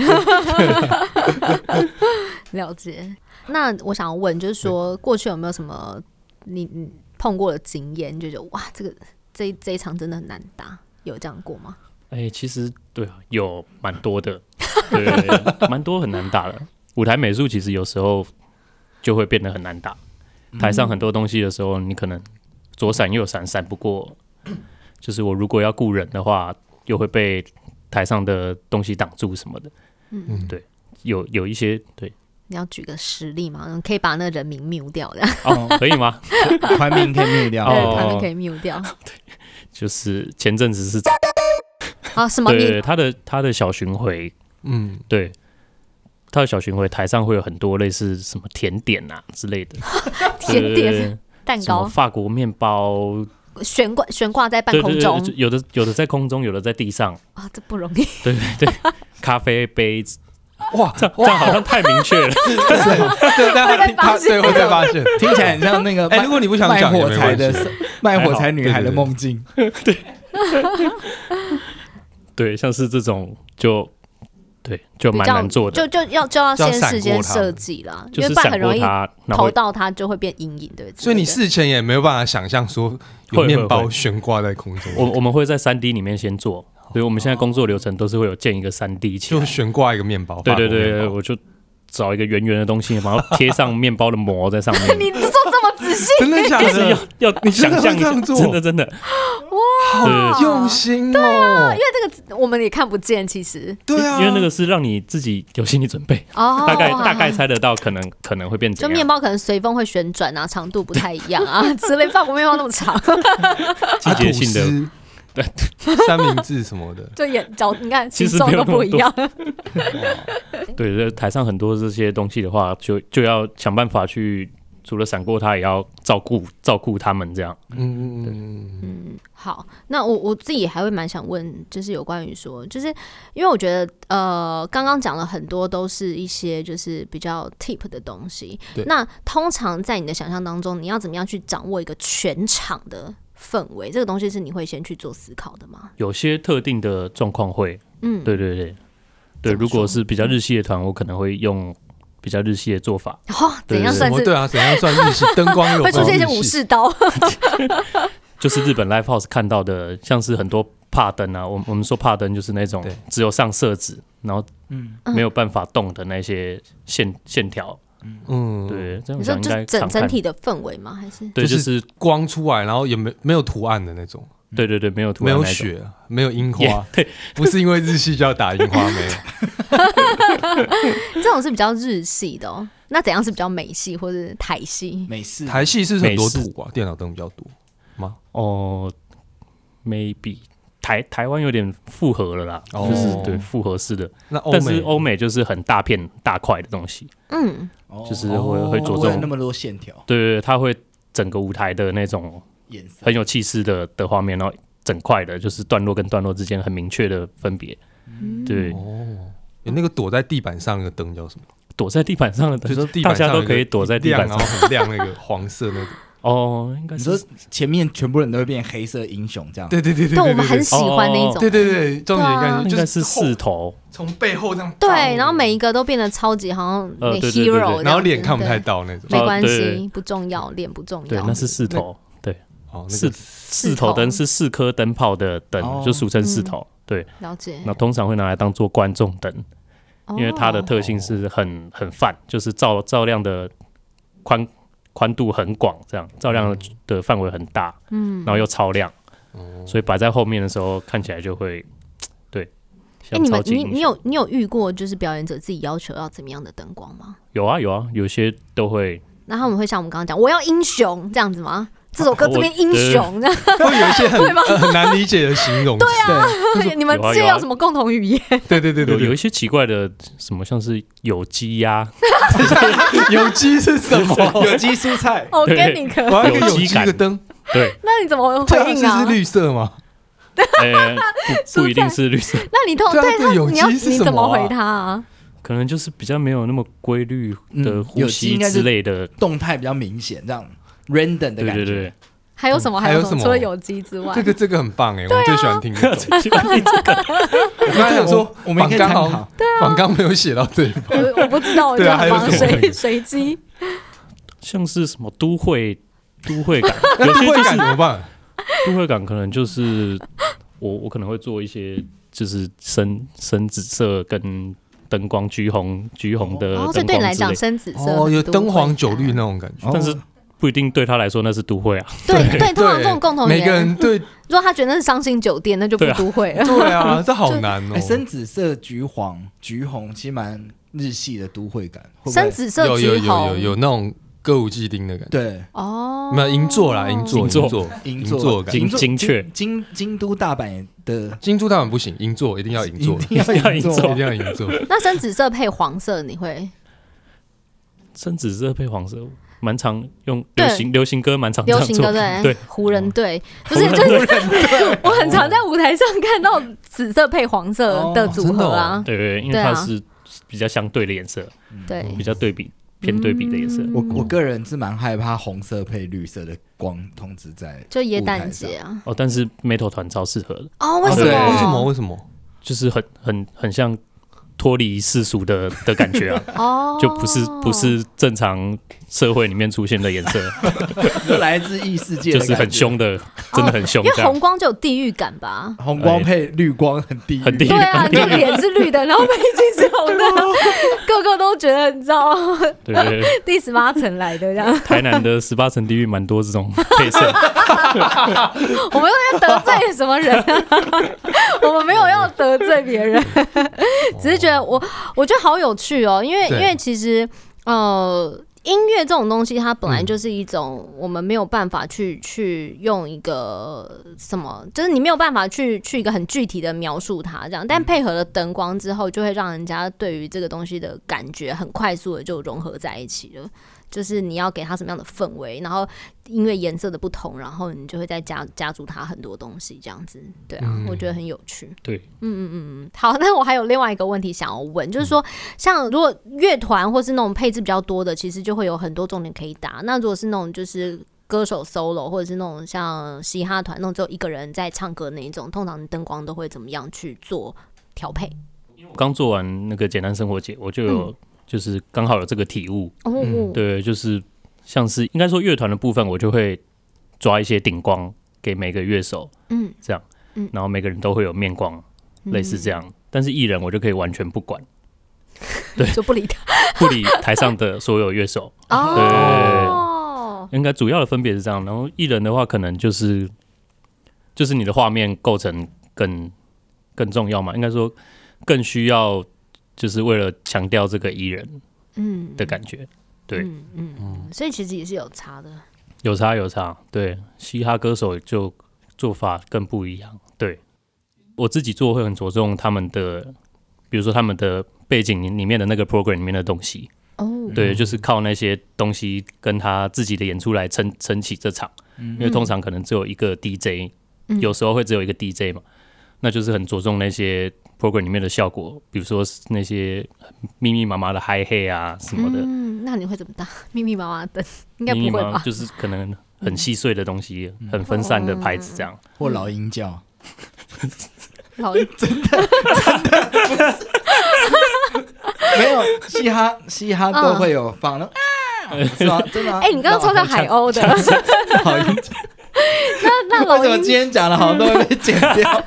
C: 了解。那我想问，就是说过去有没有什么你你碰过的经验，你就觉得哇，这个这一这一场真的很难打，有这样过吗？
D: 哎、其实对啊，有蛮多的，对，蛮多很难打的。舞台美术其实有时候就会变得很难打。台上很多东西的时候，你可能左闪右闪，闪不过。就是我如果要雇人的话，又会被台上的东西挡住什么的。
B: 嗯
D: 对有有一些对
C: 你要举个实例嘛，嗯可以把那人名 mute 掉的，
D: 哦，可以吗？
A: 团名可以灭掉。
D: 哦
C: 对，他们可以 mute 掉。
D: 就是前阵子是
C: 好，啊什么
D: 对
C: 你
D: 对他的他的小巡回，
B: 嗯，
D: 对他的小巡回台上会有很多类似什么甜点啊之类的
C: 甜
D: 对
C: 点、蛋
D: 什么
C: 糕
D: 法国面包，
C: 悬挂悬挂在半
D: 对对
C: 空
D: 对
C: 中
D: 就有的有的在空中，有的在地上，
C: 啊，这不容易。
D: 对对 对，咖啡杯
B: 哇，
D: 这样这样好像太明确了，
A: 对，大家
C: 会被发现
A: 对会被发现，听起来很像那个
B: 哎、
A: 卖
B: 如果你不想
A: 卖
B: 讲也
A: 火
B: 没
A: 柴
B: 关
A: 的
B: 系，
A: 卖火柴女孩的梦境。
D: 对，像是这种就对就
C: 比
D: 蛮
C: 较
D: 难做的，
C: 就就要就要
B: 就要
C: 先
B: 闪
C: 事
B: 过
C: 先
B: 它
C: 设计啦，
D: 就
C: 因为
D: 是
C: 不然
D: 闪
C: 很容
D: 过
C: 易
D: 它，然
C: 投
D: 后
C: 到它就会变阴影，对不对？
B: 所以你
C: 对
B: 事前也没有办法想象说有
D: 会
B: 面
D: 会
B: 包
D: 会
B: 悬挂在空中，
D: 我我们会在三 D 里面先做，所以我们现在工作流程都是会有建一个三 D 起
B: 哦就
D: 来。
B: 悬挂一个面包，
D: 对
B: 法
D: 对
B: 国面
D: 对，对
B: 包
D: 我就找一个圆圆的东西，然 后贴上面包的膜在上面，
C: 你做这么仔细，
B: 真的假
D: 就是
B: 的？
D: 要要你
B: 真的
D: 想
B: 会
D: 象一
B: 这
D: 下
B: 样，做
D: 真的真的哇，
B: 用心
C: 啊
B: 哦，
C: 我们也看不见，其实
B: 对啊，
D: 因为那个是让你自己有心理准备，
C: 哦，
D: 大概
C: 好
D: 大概
C: 好
D: 猜得到可能可能会变
C: 就
D: 怎
C: 面
D: 样，
C: 包可能随风会旋转啊，长度不太一样啊之类。法国面包那么长，
D: 季
B: 啊
D: 节性的
B: 的，
D: 对
B: 三明治什么的，
C: 就眼角你看
D: 其
C: 形
D: 实
C: 状
D: 没有
C: 都
D: 那么
C: 不一样。
D: 对，在台上很多这些东西的话，就就要想办法去，除了闪过它，也要照顾照顾他们这样。
B: 嗯嗯嗯嗯
C: 好，那我我自己还会蛮想问，就是有关于说，就是因为我觉得呃，刚刚讲了很多都是一些就是比较 tip 的东西
B: 对。
C: 那通常在你的想象当中，你要怎么样去掌握一个全场的氛围？这个东西是你会先去做思考的吗？
D: 有些特定的状况会，
C: 嗯，
D: 对对对，
C: 怎
D: 对，
C: 么
D: 如果
C: 说
D: 是比较日系的团，我可能会用比较日系的做法，
C: 哦，怎样
B: 嗯，什
C: 算
B: 么
C: 是
B: 对啊？怎样算日式？灯光有
C: 会出现一些
B: 日
C: 武
B: 式
C: 士刀？
D: 就是日本 live house 看到的，像是很多帕灯啊，我们我们说帕灯就是那种
B: 对
D: 只有上色纸，然后
A: 嗯，
D: 没有办法动的那些线线条，
B: 嗯，
D: 对，这 样
C: 你说
D: 讲应
C: 就
D: 该
C: 是整
D: 常
C: 整
D: 看
C: 体的氛围吗？还是
D: 对，
B: 就
D: 就是是
B: 光出来，然后也没没有图案的那种，
D: 对对对，没有图
B: 没
D: 案
B: 有
D: 那种，
B: 雪，没有樱
D: 也
B: 花，不是因为日系就要打樱花，没有，
C: 这种是比较日系的哦？那怎样是比较美系或者台系？
A: 美式
B: 台戏是不是很多
D: 美式
B: 图啊，电脑灯比较多吗？
D: 哦，maybe 台台湾有点复合了啦，
B: 哦
D: 就是对复合式的，
B: 那欧
D: 但
B: 美
D: 是欧美就是很大片大块的东西，
C: 嗯，
B: 哦
D: 就是会会着
A: 不会
D: 重
A: 那么多线条
D: 对对对，它会整个舞台的那种
A: 颜色
D: 很。有气势的的画面，然后整块的就是段落跟段落之间很明确的分别。对，
B: 哦，有那个躲在地板上那个灯叫什么？
D: 躲在地板上的，
B: 就是地
D: 大
B: 板上
D: 家都可以躲在地板
B: 有
D: 上
B: 一个。亮然后很亮那个黄色那个，
D: 哦，应该
A: 你
D: 是
A: 说前面全部人都会变黑色英雄这样？
B: 对对对对
C: 对我们很喜欢那一种
B: 对。对对，重点应
C: 对
B: 该
C: 啊
B: 是
D: 应
B: 就
D: 该是
B: 后
D: 四头，
B: 从背后这样
C: 对
B: 打，
C: 然后每一个都变得超级好像那
D: 呃
C: hero，
D: 对对对
C: 这
D: 对
C: 样子
B: 然后脸看不太，啊到那种
C: 对。没关
D: 哦对
C: 系，不重要，脸不重
D: 对，
C: 要
D: 那。是四头，对，
B: 哦，那
D: 四
B: 个
D: 四头灯是四颗灯泡的
A: 哦
D: 灯，就俗称四
C: 嗯
D: 头。对，
C: 了解，
D: 那通常会拿来当做观众灯，因为它的
C: 嗯哦
D: 特性是很很泛，就是照照亮的宽宽度很广，这样照
C: 嗯
D: 亮的的范围很大，嗯，然后又超亮，
A: 哦
D: 所以摆在后面的时候看起来就会，对，
C: 哎，
D: 像
C: 你
D: 超
C: 们
D: 级
C: 你
D: 英
C: 你
D: 雄
C: 有你有遇过就是表演者自己要求要怎么样的灯光吗？
D: 有啊有啊，有些都会
C: 那他们会像我们刚刚讲，我要英雄这样子吗？这首歌
D: 我
C: 这边英 雄 这样，
B: 会有一些很呃很难理解的形容词。
A: 对，
C: 你们
D: 有啊
C: 这
D: 有啊
C: 有什么共同语 言？
B: 对对对对
D: 有有
B: 对
D: 一些奇怪的什么像是有机呀、
B: 对，有机是什么？
A: 有机蔬菜
C: organic，
B: 我要一个
D: 有
B: 有
D: 机
B: 机
D: 感
B: 的灯，
D: 对，
C: 那你怎么
B: 这样
C: 回
B: 是
C: 应啊
B: 是？绿色吗？
D: 呃，不不一定是绿色，
C: 那你通
B: 对啊
C: 对
B: 这
C: 他，
B: 有
C: 你要
B: 机是
C: 你
B: 什
C: 怎
B: 么
C: 么
B: 啊
C: 回他啊？
D: 可能就是比较没有那么规律的
A: 嗯有
D: 呼
A: 机
D: 吸
A: 应该是
D: 之类的，
A: 动态比较明显，这样 random 的
D: 对
A: 感
D: 对
A: 觉。
D: 对，
C: 还有什么？
B: 嗯
C: 还
B: 还有
C: 什
B: 什么
C: 除了有机之外
B: 这，个这个很棒哎，我们最喜欢听这种。我刚才想说，
A: 我们也可以
B: 仿
A: 参
B: 纲好
A: 考，
B: 仿刚没有写到这一步。
C: 我我不知道，我就
B: 对啊
C: 很忙
B: 还有什么
C: 随随机。
D: 像是什么都会 都会感，
B: 那
D: 有
B: 都
D: 些就
B: 会
D: 是
B: 感怎么办？
D: 都会感可能就是我我可能会做一些就是深深紫色跟灯光橘红橘红的
C: 然后所以哦对
D: 灯
C: 你
D: 光
C: 来
D: 之类
C: 讲，，深紫色
B: 哦，有
C: 很多
B: 灯黄
C: 会
B: 酒绿
C: 啊
B: 那种感觉。
A: 哦
D: 但是不一定对他来说那是都会啊。
C: 对对，通常这种共同语
B: 每个
C: 言，
B: 人 对
C: 如果他觉得那是伤心酒店，那就不
D: 对啊
C: 都会 了。
B: 对啊，这好难哦
A: 哎，。深紫色、橘黄、橘红，其实蛮日系的都会感。会不会
C: 深紫色
B: 有有
C: 橘
B: 有有有
C: 红
B: 那种歌舞伎町的感觉，
A: 对
C: 哦，
B: 没有银座啦，银座
D: 银座
B: 座
A: 银
B: 座
A: 座、
B: 感。
D: 金
A: 银座
D: 金雀
A: 京京都、大阪的
B: 金珠当然不行，银座一定要银座，
A: 一定要银
D: 一定
B: 一
A: 座
C: 嗯
B: 定。要银座。
C: 那深紫色配黄色，你会
D: 深紫色配黄色，蛮常用
C: 对
D: 流行流行歌，蛮常这
C: 流
D: 样
C: 行
D: 做
C: 歌。对
D: 对
C: 湖人队不是就是 我很常在舞台上看到紫色配黄色的组
B: 哦
C: 合啊，
D: 对对，因为
C: 对
D: 它
C: 啊
D: 是比较相对的颜色，
C: 对嗯
D: 比较对比偏对比的颜色。
A: 我我个人是蛮害怕红色配绿色的光同时在
C: 就耶诞节啊，
D: 哦，但是 metal 团超适合的，
C: 哦，为
A: 为
B: 哦
C: 什
A: 什
B: 对
A: 么
B: 为什么？
C: 么？
B: 为什么？
D: 就是很很很像脱离世俗的的感觉啊，
C: 哦，
D: 就不是不是正常社会里面出现的颜 色，
A: 就来自异世界，
D: 就是很，凶的，真的很凶
C: 哦因
D: 这
C: 为
D: 样
C: 红。光就有地域感吧。
A: 红光配绿光很低，
D: 很地狱
C: 对啊，
D: 很
C: 你
D: 地狱
C: 脸是绿的，然后背景是 红的，个个都觉得你知道
D: 对对对，
C: 第十八层来的这 样，
D: 台南的十八层地狱蛮多 这种配色，
C: 我们又在得罪什么人啊？我们没有要得罪别人，只是觉得我我觉得好有趣哦，因为因
B: 对
C: 为其实呃。音乐这种东西，它本来就是一种我们没有办法去、去用一个什么，就是你没有办法去去一个很具体的描述它这样，但配合了灯光之后，就会让人家对于这个东西的感觉很快速的就融合在一起了。就是你要给它什么样的氛围，然后因为颜色的不同，然后你就会再加加注它很多东西，这样子，对啊，
B: 嗯
C: 我觉得很有趣。嗯
D: 对，
C: 好，那我还有另外一个问题想要问，就是说，像如果乐团或是那种配置比较多的，其实就会有很多重点可以打。那如果是那种就是歌手 solo，或者是那种像嘻哈团那种只有一个人在唱歌那一种，通常灯光都会怎么样去做调配？
D: 我刚做完那个简单生活节，我就
C: 嗯
D: 有就是刚好有这个体悟，
C: 哦，
B: 嗯
D: 对，就是像是应该说乐团的部分，我就会抓一些顶光给每个乐手，
C: 嗯，
D: 这样，
C: 嗯
D: 然后每个人都会有面光，类似这样。但是艺人我就可以完全不管，
C: 就不理他。
D: 不理台上的所有乐手。
C: 哦，
D: 应该主要的分别是这样，然后艺人的话，可能就是就是你的画面构成更更重要嘛，应该说更需要，就是为了强调这个艺人
C: 嗯，
D: 的感觉。对
C: 嗯嗯嗯，所以其实也是有差的。
D: 有差有差，对，嘻哈歌手就做法更不一样。对我自己做会很着重他们的，比如说他们的背景里面的那个 program 里面的东西，
B: 嗯
C: 哦，
D: 对，就是靠那些东西跟他自己的演出来撑撑起这场，
B: 嗯
D: 因为通常可能只有一个 DJ，、
C: 嗯
D: 有时候会只有一个 DJ 嘛，那就是很着重那些 program 里面的效果，比如说是那些密密麻麻的嗨嘿啊什么的，
C: 嗯，那你会怎么打？ 密密麻麻的，应该
D: 密
C: 不
D: 密
C: 会
D: 麻麻
C: 吧？
D: 就是可能很细碎的东西，
B: 嗯
D: 很分散
C: 哦
D: 的牌子这样。
A: 或老鹰叫，
C: 老鹰
A: 没有嘻哈嘻哈都会有放的，啊是 吗？真的啊？
C: 嗯哎、你刚刚超像海鸥的，
A: 老鹰叫，
C: 那
A: 为
C: 老
A: 什么今
C: 鹰
A: 天讲的好像都会被剪 掉？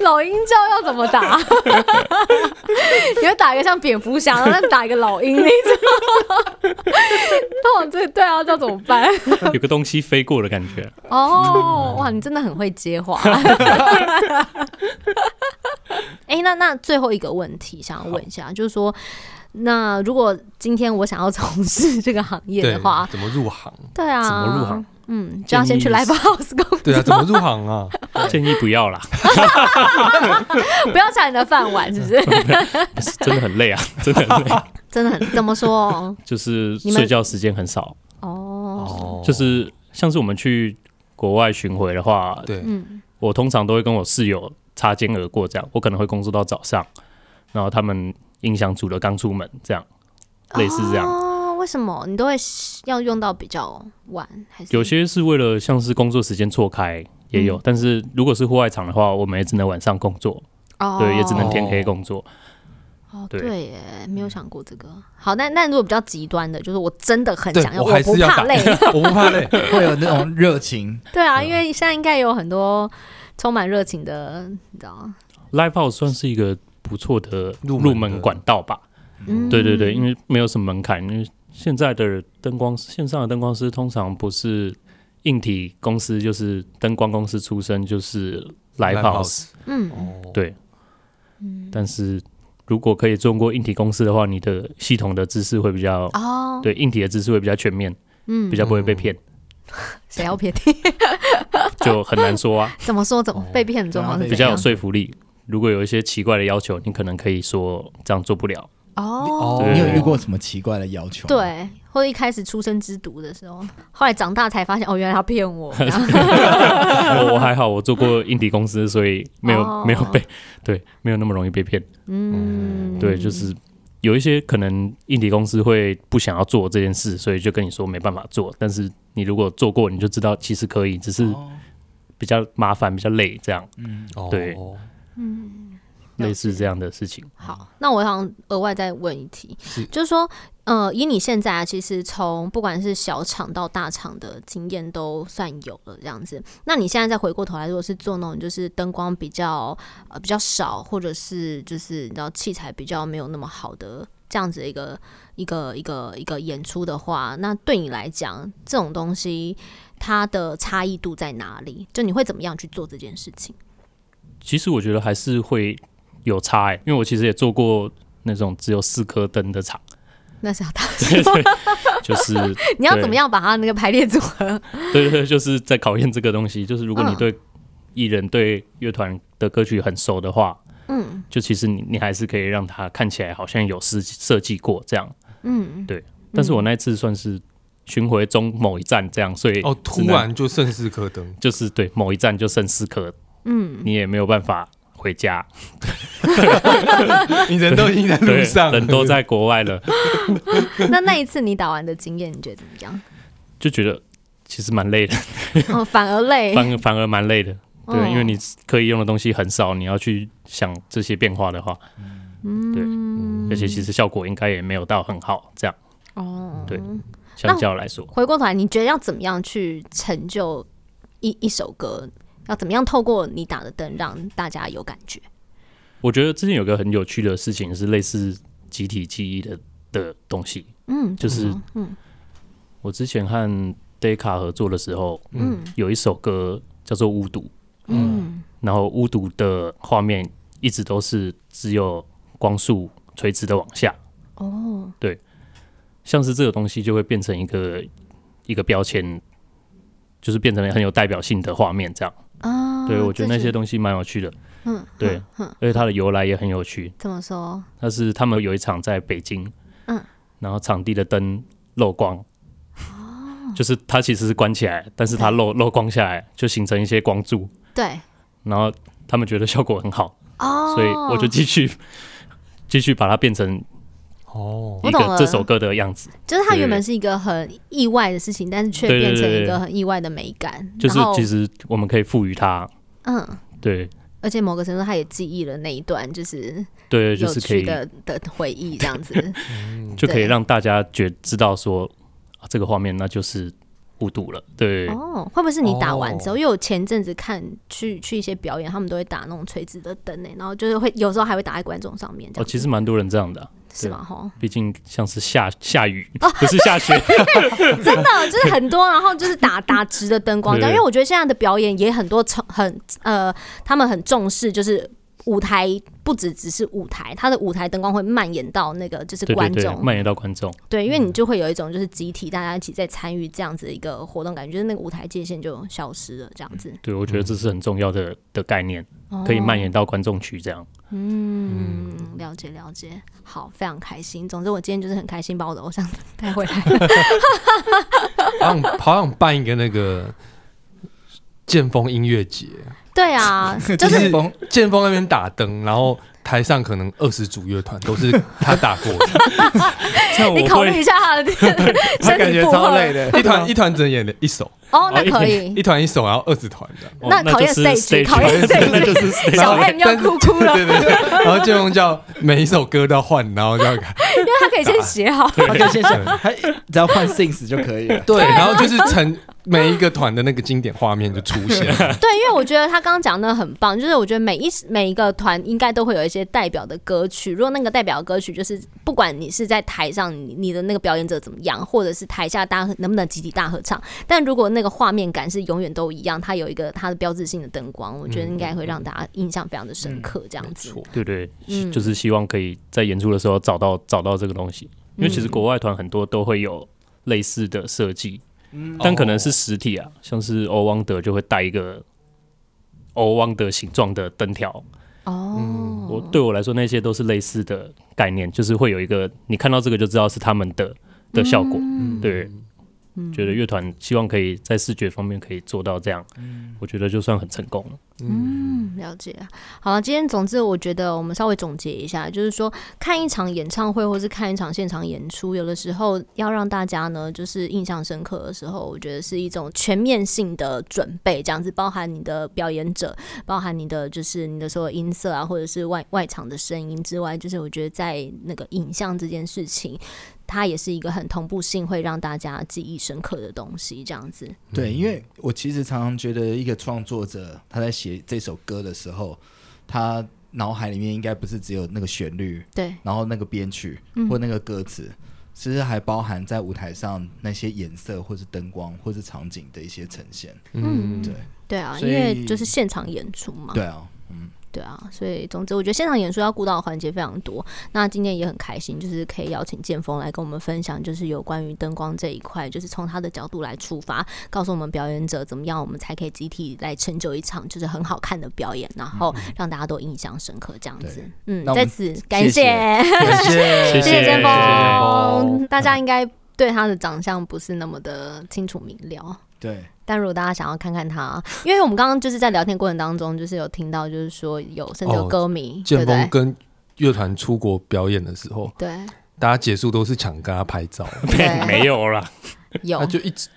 C: 老鹰叫要怎么打？ 你会打一个像蝙蝠侠，然后再打一个老鹰那种？ 那我这对啊，这要怎么办？
D: 有个东西飞过的感 觉。
C: 哦，哇，你真的很会接话。 哎、那那最后一个问题想要问一下，就是说，那如果今天我想要从事这个行业
B: 对
C: 的话，，
B: 怎么入行？
C: 对啊，
D: 怎么入行？
C: 嗯，就要先去
D: 建议
C: Live House 工作，
B: 对啊，怎么入行啊？
D: 建议不要啦，
C: 不要抢你的饭碗，是不是？
D: 真的很累啊，真的 很累。
C: 真的很怎么 说？
D: 就是睡觉时间很少，
C: 哦，
B: 哦，
D: 就是像是我们去国外巡回的话，
B: 对，
C: 嗯，
D: 我通常都会跟我室友擦肩而过，这样我可能会工作到早上，然后他们音响组的刚出门，这样类似这样。
C: 哦，为什么你都会要用到比较晚？还是
D: 有些是为了像是工作时间错开也有，但是如果是户外场的话，我们也只能晚上工作，
C: 哦，
D: 对，也只能天黑工作。
C: 哦，
D: 对
C: 对耶，没有想过这个。好，那那如果比较极端的，就是我真的很
B: 对
C: 想要，
B: 我还
C: 不
B: 是要
C: 怕
B: 打
C: 累。，
B: 我不怕累。
A: 会有那种热情，
C: 对啊，因为现在应该有很多充满热情的，你知道吗？
D: Live House 算是一个不错的
B: 入门的
D: 入门管道吧。
C: 嗯
D: 对对对，因为没有什么门槛，因为现在的灯光线上的灯光师通常不是硬体公司，就是灯光公司出身，就是 live house。
C: 嗯
B: 哦，
D: 对但是如果可以做过硬体公司的话，你的系统的知识会比较、
C: 哦，
D: 对硬体的知识会比较全面，
C: 嗯
D: 比，较不会被骗，
C: 谁要骗你？
D: 就很难说啊，
C: 怎么说怎么
B: 哦
C: 被骗很重要，
A: 对啊
D: 比较有说服力。如果有一些奇怪的要求，你可能可以说这样做不了。
C: 哦，
B: 对
A: 你有遇过什么奇怪的要求？，
C: 对，或者一开始出生之毒的时候，后来长大才发现哦，原来他骗我，这样
D: 哦我我还好，我做过硬体公司，所以没有、
C: 哦
D: 没有被 对没有那么容易被骗。
C: 嗯，
D: 对，就是有一些可能硬体公司会不想要做这件事，所以就跟你说没办法做。但是你如果做过，你就知道其实可以，只是比较麻烦、比较累，这样
B: 哦
D: 对
C: 了解
D: 类似这样的事情。
C: 好，那我想额外再问一题，
B: 是
C: 就是说，呃，以你现在啊，其实从不管是小厂到大厂的经验都算有了这样子。那你现在再回过头来，如果是做那种就是灯光比较呃比较少，或者是就是你知道器材比较没有那么好的这样子的一个一个一个一个演出的话，那对你来讲，这种东西它的差异度在哪里？就你会怎么样去做这件事情？
D: 其实我觉得还是会有差、欸，因为我其实也做过那种只有四颗灯的厂，
C: 那是要大，
D: 对对，就是
C: 你要
D: 对
C: 怎么样把它那个排列组合？
D: 对对对，就是在考验这个东西。就是如果你
C: 嗯
D: 对艺人、对乐团的歌曲很熟的话，
C: 嗯
D: 就其实你你还是可以让它看起来好像有设计设计过这样。
C: 嗯。
D: 但是我那一次算是巡回中某一站这样，所以
B: 哦，
D: 只
B: 突
D: 能
B: 然就剩四颗灯，
D: 就是对某一站就剩四颗，嗯，你也没有办法回家，
B: 你人都已经在
D: 对
B: 路上，
D: 人都在国外了，
C: 那那一次你打完的经验，你觉得怎么样？
D: 就觉得其实蛮累的，
C: 哦，反而累。
D: 反而反而蛮累的。对，
C: 嗯
D: 因为你可以用的东西很少，你要去想这些变化的话，
C: 嗯，
D: 而且其实效果应该也没有到很好，这样
C: 哦，
D: 对相较来说，
C: 回过头来，你觉得要怎么样去成就一一首歌？要怎么样透过你打的灯让大家有感觉？
D: 我觉得之前有个很有趣的事情是类似集体记忆的的东西，
C: 嗯，
D: 就是
C: 嗯
D: 我之前和 Deca 合作的时候，
C: 嗯
D: 有一首歌叫做《巫毒》，
C: 嗯
D: 然后巫毒的画面一直都是只有光束垂直的往下，
C: 哦，
D: 像是这个东西就会变成一个一个标签，就是变成很有代表性的画面这样。
C: 啊，
D: 嗯对我觉得那些
C: 都
D: 东西蛮有趣的，
C: 嗯
D: 对，而且它的由来也很有趣。
C: 怎么说？
D: 但是他们有一场在北京，
C: 嗯，
D: 然后场地的灯漏光，
C: 哦
D: 就是它其实是关起来，但是它漏漏光下来，就形成一些光柱，
C: 对
D: 然后他们觉得效果很好，
C: 哦，
D: 所以我就继续继续把它变成
B: 哦，
C: 我
D: 一
C: 懂了
D: 个这首歌的样子，
C: 就是它原本是一个很意外的事情，但是却
D: 对对
C: 变成
D: 对
C: 一个很意外的美感。
D: 就是
C: 然后
D: 其实我们可以赋予它，
C: 嗯，
D: 对
C: 而且某个程度它也记忆了那一段，就是
D: 对，就
C: 有
D: 是可
C: 趣
D: 以
C: 的的回忆，这样子。
D: 就可以
C: 对
D: 让大家觉知道说、啊、这个画面那就是孤独了，对，
C: 哦，会不会是你打完之后？
B: 哦
C: 因为我前阵子看去去一些表演，他们都会打那种垂直的灯诶、然后就是会有时候还会打在观众上面，这
D: 哦，
C: 样子、
D: 其实蛮多人这样的啊、
C: 是吗？吼，
D: 毕竟像是下 下雨，不是下雪，
C: 真的就是很多，然后就是打打直的灯 光这样，
D: 对
C: 因为我觉得现在的表演也很多重很呃，他们很重视就是。舞台不只只是舞台，它的舞台灯光会蔓延到那个就是
D: 对对
C: 观
D: 对，
C: 众，
D: 蔓延到嗯观众，
C: 对，因为你就会有一种就是集体大家一起在参与这样子一个活动，感觉就是那个舞台界限就消失了，这样子、
D: 对我觉得这是很重要的的概念，可
C: 哦
D: 以蔓延到观众区这样。
C: 嗯，了解了解，好，非常开心。总之，我今天就是很开心，把我的偶像 带回来。
B: 好想好想办一个那个剑锋音乐节，
C: 对啊，就
A: 就是是
B: 剑锋那边打灯，然后台上可能二十组乐团都是他打过 的，
D: 像
C: 你
D: 我
C: 考虑
D: 会
C: 一下他的
A: 他
C: 身
A: 感
C: 体
A: 觉
C: 负
A: 超
C: 荷
A: 累的，
B: 一团一团只能演一首，
C: 哦，那
D: 哦一
C: 可
B: 一
C: 以。
B: 团一首，然后二十团这样。
D: 哦
C: 那考验
D: 就是
C: stage，考验 stage
D: 那就是 stage
C: 小
B: 然后
C: M 要
B: 但是
C: 哭哭了，
B: 对对对，然后剑锋叫每一首歌都要换，然后这样看，
C: 因为他可以先写好。
A: 他就先想，他只要换 things 就可以了。
B: 对，然后就是成每一个团的那个经典画面就出 现了。
C: 对，因为我觉得他刚刚讲的很棒，就是我觉得每一每一个团应该都会有一些代表的歌曲。如果那个代表歌曲就是不管你是在台上你你的那个表演者怎么样，或者是台下大家能不能集体大合唱，但如果那个画面感是永远都一样，它有一个它的标志性的灯光，我觉
B: 嗯
C: 得应该会让大家印象非常的深刻。这
B: 没
C: 样子，
B: 错，
D: 对对，
C: 嗯
D: 就是希望可以在演出的时候找到找到这个东西，因
C: 嗯
D: 为其实国外团很多都会有类似的设计，但可能是实体啊，像是欧汪德就会带一个欧汪德形状的灯条。
C: 哦，
B: 嗯
D: 我对我来说，那些都是类似的概念，就是会有一个你看到这个就知道是他们的的效果。
C: 嗯
D: 对，觉得乐团希望可以在视觉方面可以做到这样，我觉得就算很成功了。
C: 嗯，了解。好了，今天总之我觉得我们稍微总结一下，就是说看一场演唱会或是看一场现场演出，有的时候要让大家呢就是印象深刻的时候，我觉得是一种全面性的准备，这样子包含你的表演者，包含你的就是你的所有音色啊，或者是外外场的声音之外，就是我觉得在那个影像这件事情。它也是一个很同步性，会让大家记忆深刻的东西，这样子。
A: 对，因为我其实常常觉得，一个创作者他在写这首歌的时候，他脑海里面应该不是只有那个旋律，
C: 对，
A: 然后那个编曲或那个歌词，其实还包含在舞台上那些颜色，或是灯光，或是场景的一些呈现。
C: 嗯，
A: 对，
C: 对啊，因
A: 所以
C: 为就是现场演出嘛。
A: 对啊，
C: 对啊，所以总之，我觉得现场演出要顾到的环节非常多。那今天也很开心，就是可以邀请剑锋来跟我们分享，就是有关于灯光这一块，就是从他的角度来出发，告诉我们表演者怎么样，我们才可以集体来成就一场就是很好看的表演，然后让大家都印象深刻这样子
A: 对。
C: 嗯
A: 那，我
C: 在
A: 们
C: 此感谢，
A: 谢谢
B: 感谢
D: 谢
C: 谢剑
B: 锋
C: 锋，大家应该对他的长相不是那么的清楚明了。
A: 对，
C: 但如果大家想要看看他，因为我们刚刚就是在聊天过程当中，就是有听到，就是说有甚至有
B: 哦
C: 歌迷，对
B: 剑
C: 不
B: 锋
C: 对？
B: 跟乐团出国表演的时候，
C: 对，
B: 大家结束都是抢跟他拍照，
C: 对
D: 没有啦，
C: 有
B: 他就一直。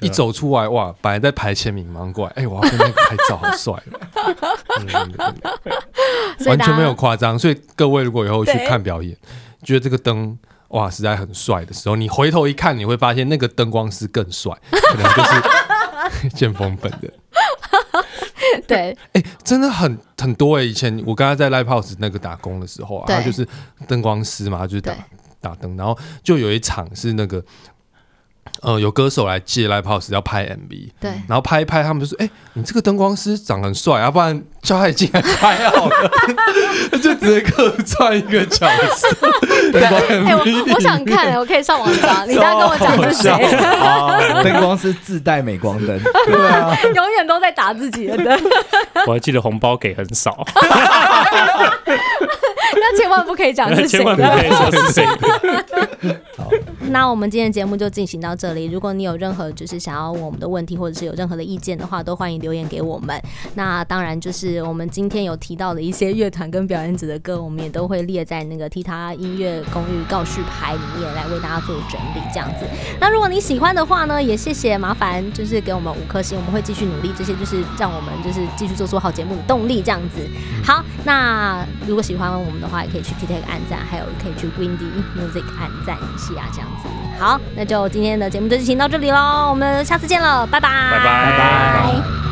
B: 一走出来哇，本来在排前名，忙过来，哎、我要跟那个拍照，好帅哦、嗯真的真的
C: 所以
B: 完
C: 大
B: 全
C: 家
B: 没有夸张。所以各位如果以后去
C: 对
B: 看表演，觉得这个灯哇实在很帅的时候，你回头一看，你会发现那个灯光师更帅，可能就是 剑锋本人。
C: 对
B: 哎、真的很很多哎、以前我刚刚在 Live House 那个打工的时候啊，
C: 对
B: 他就是灯光师嘛，他就是打
C: 对
B: 打灯，然后就有一场是那个。呃，有歌手来借 Live House 要拍 MV，
C: 对
B: 然后拍一拍，他们就说：“哎、你这个灯光师长得很帅，啊要不然叫他进来拍好了。” 就直接客串一个角 色，灯光
C: 哎、我
B: MV。
C: 我想看，我可以上网找。你大家跟我讲 是
A: 超
C: 谁，
A: 灯光是自带镁光灯，对啊，
C: 永远都在打自己的灯，
D: 我还记得红包给很少，
C: 那千万不可以讲啊是谁
D: 千万不
C: 的。
D: 可以说是谁。
C: 那我们今天的节目就进行到这里。如果你有任何就是想要问我们的问题，或者是有任何的意见的话，都欢迎留言给我们。那当然就是我们今天有提到的一些乐团跟表演者的歌，我们也都会列在那个 T 他音乐公寓告示牌里面来为大家做整理，这样子。那如果你喜欢的话呢，也谢谢麻烦就是给我们五颗星，我们会继续努力，这些就是让我们就是继续做出好节目的动力这样子。
D: 嗯
C: 好，那如果喜欢我们的话，也可以去 T Tag 按赞，还有可以去 Windy Music 按赞一下这样子。好，那就今天的节目就进行到这里喽，我们下次见了，拜拜，
D: 拜拜
A: 拜拜。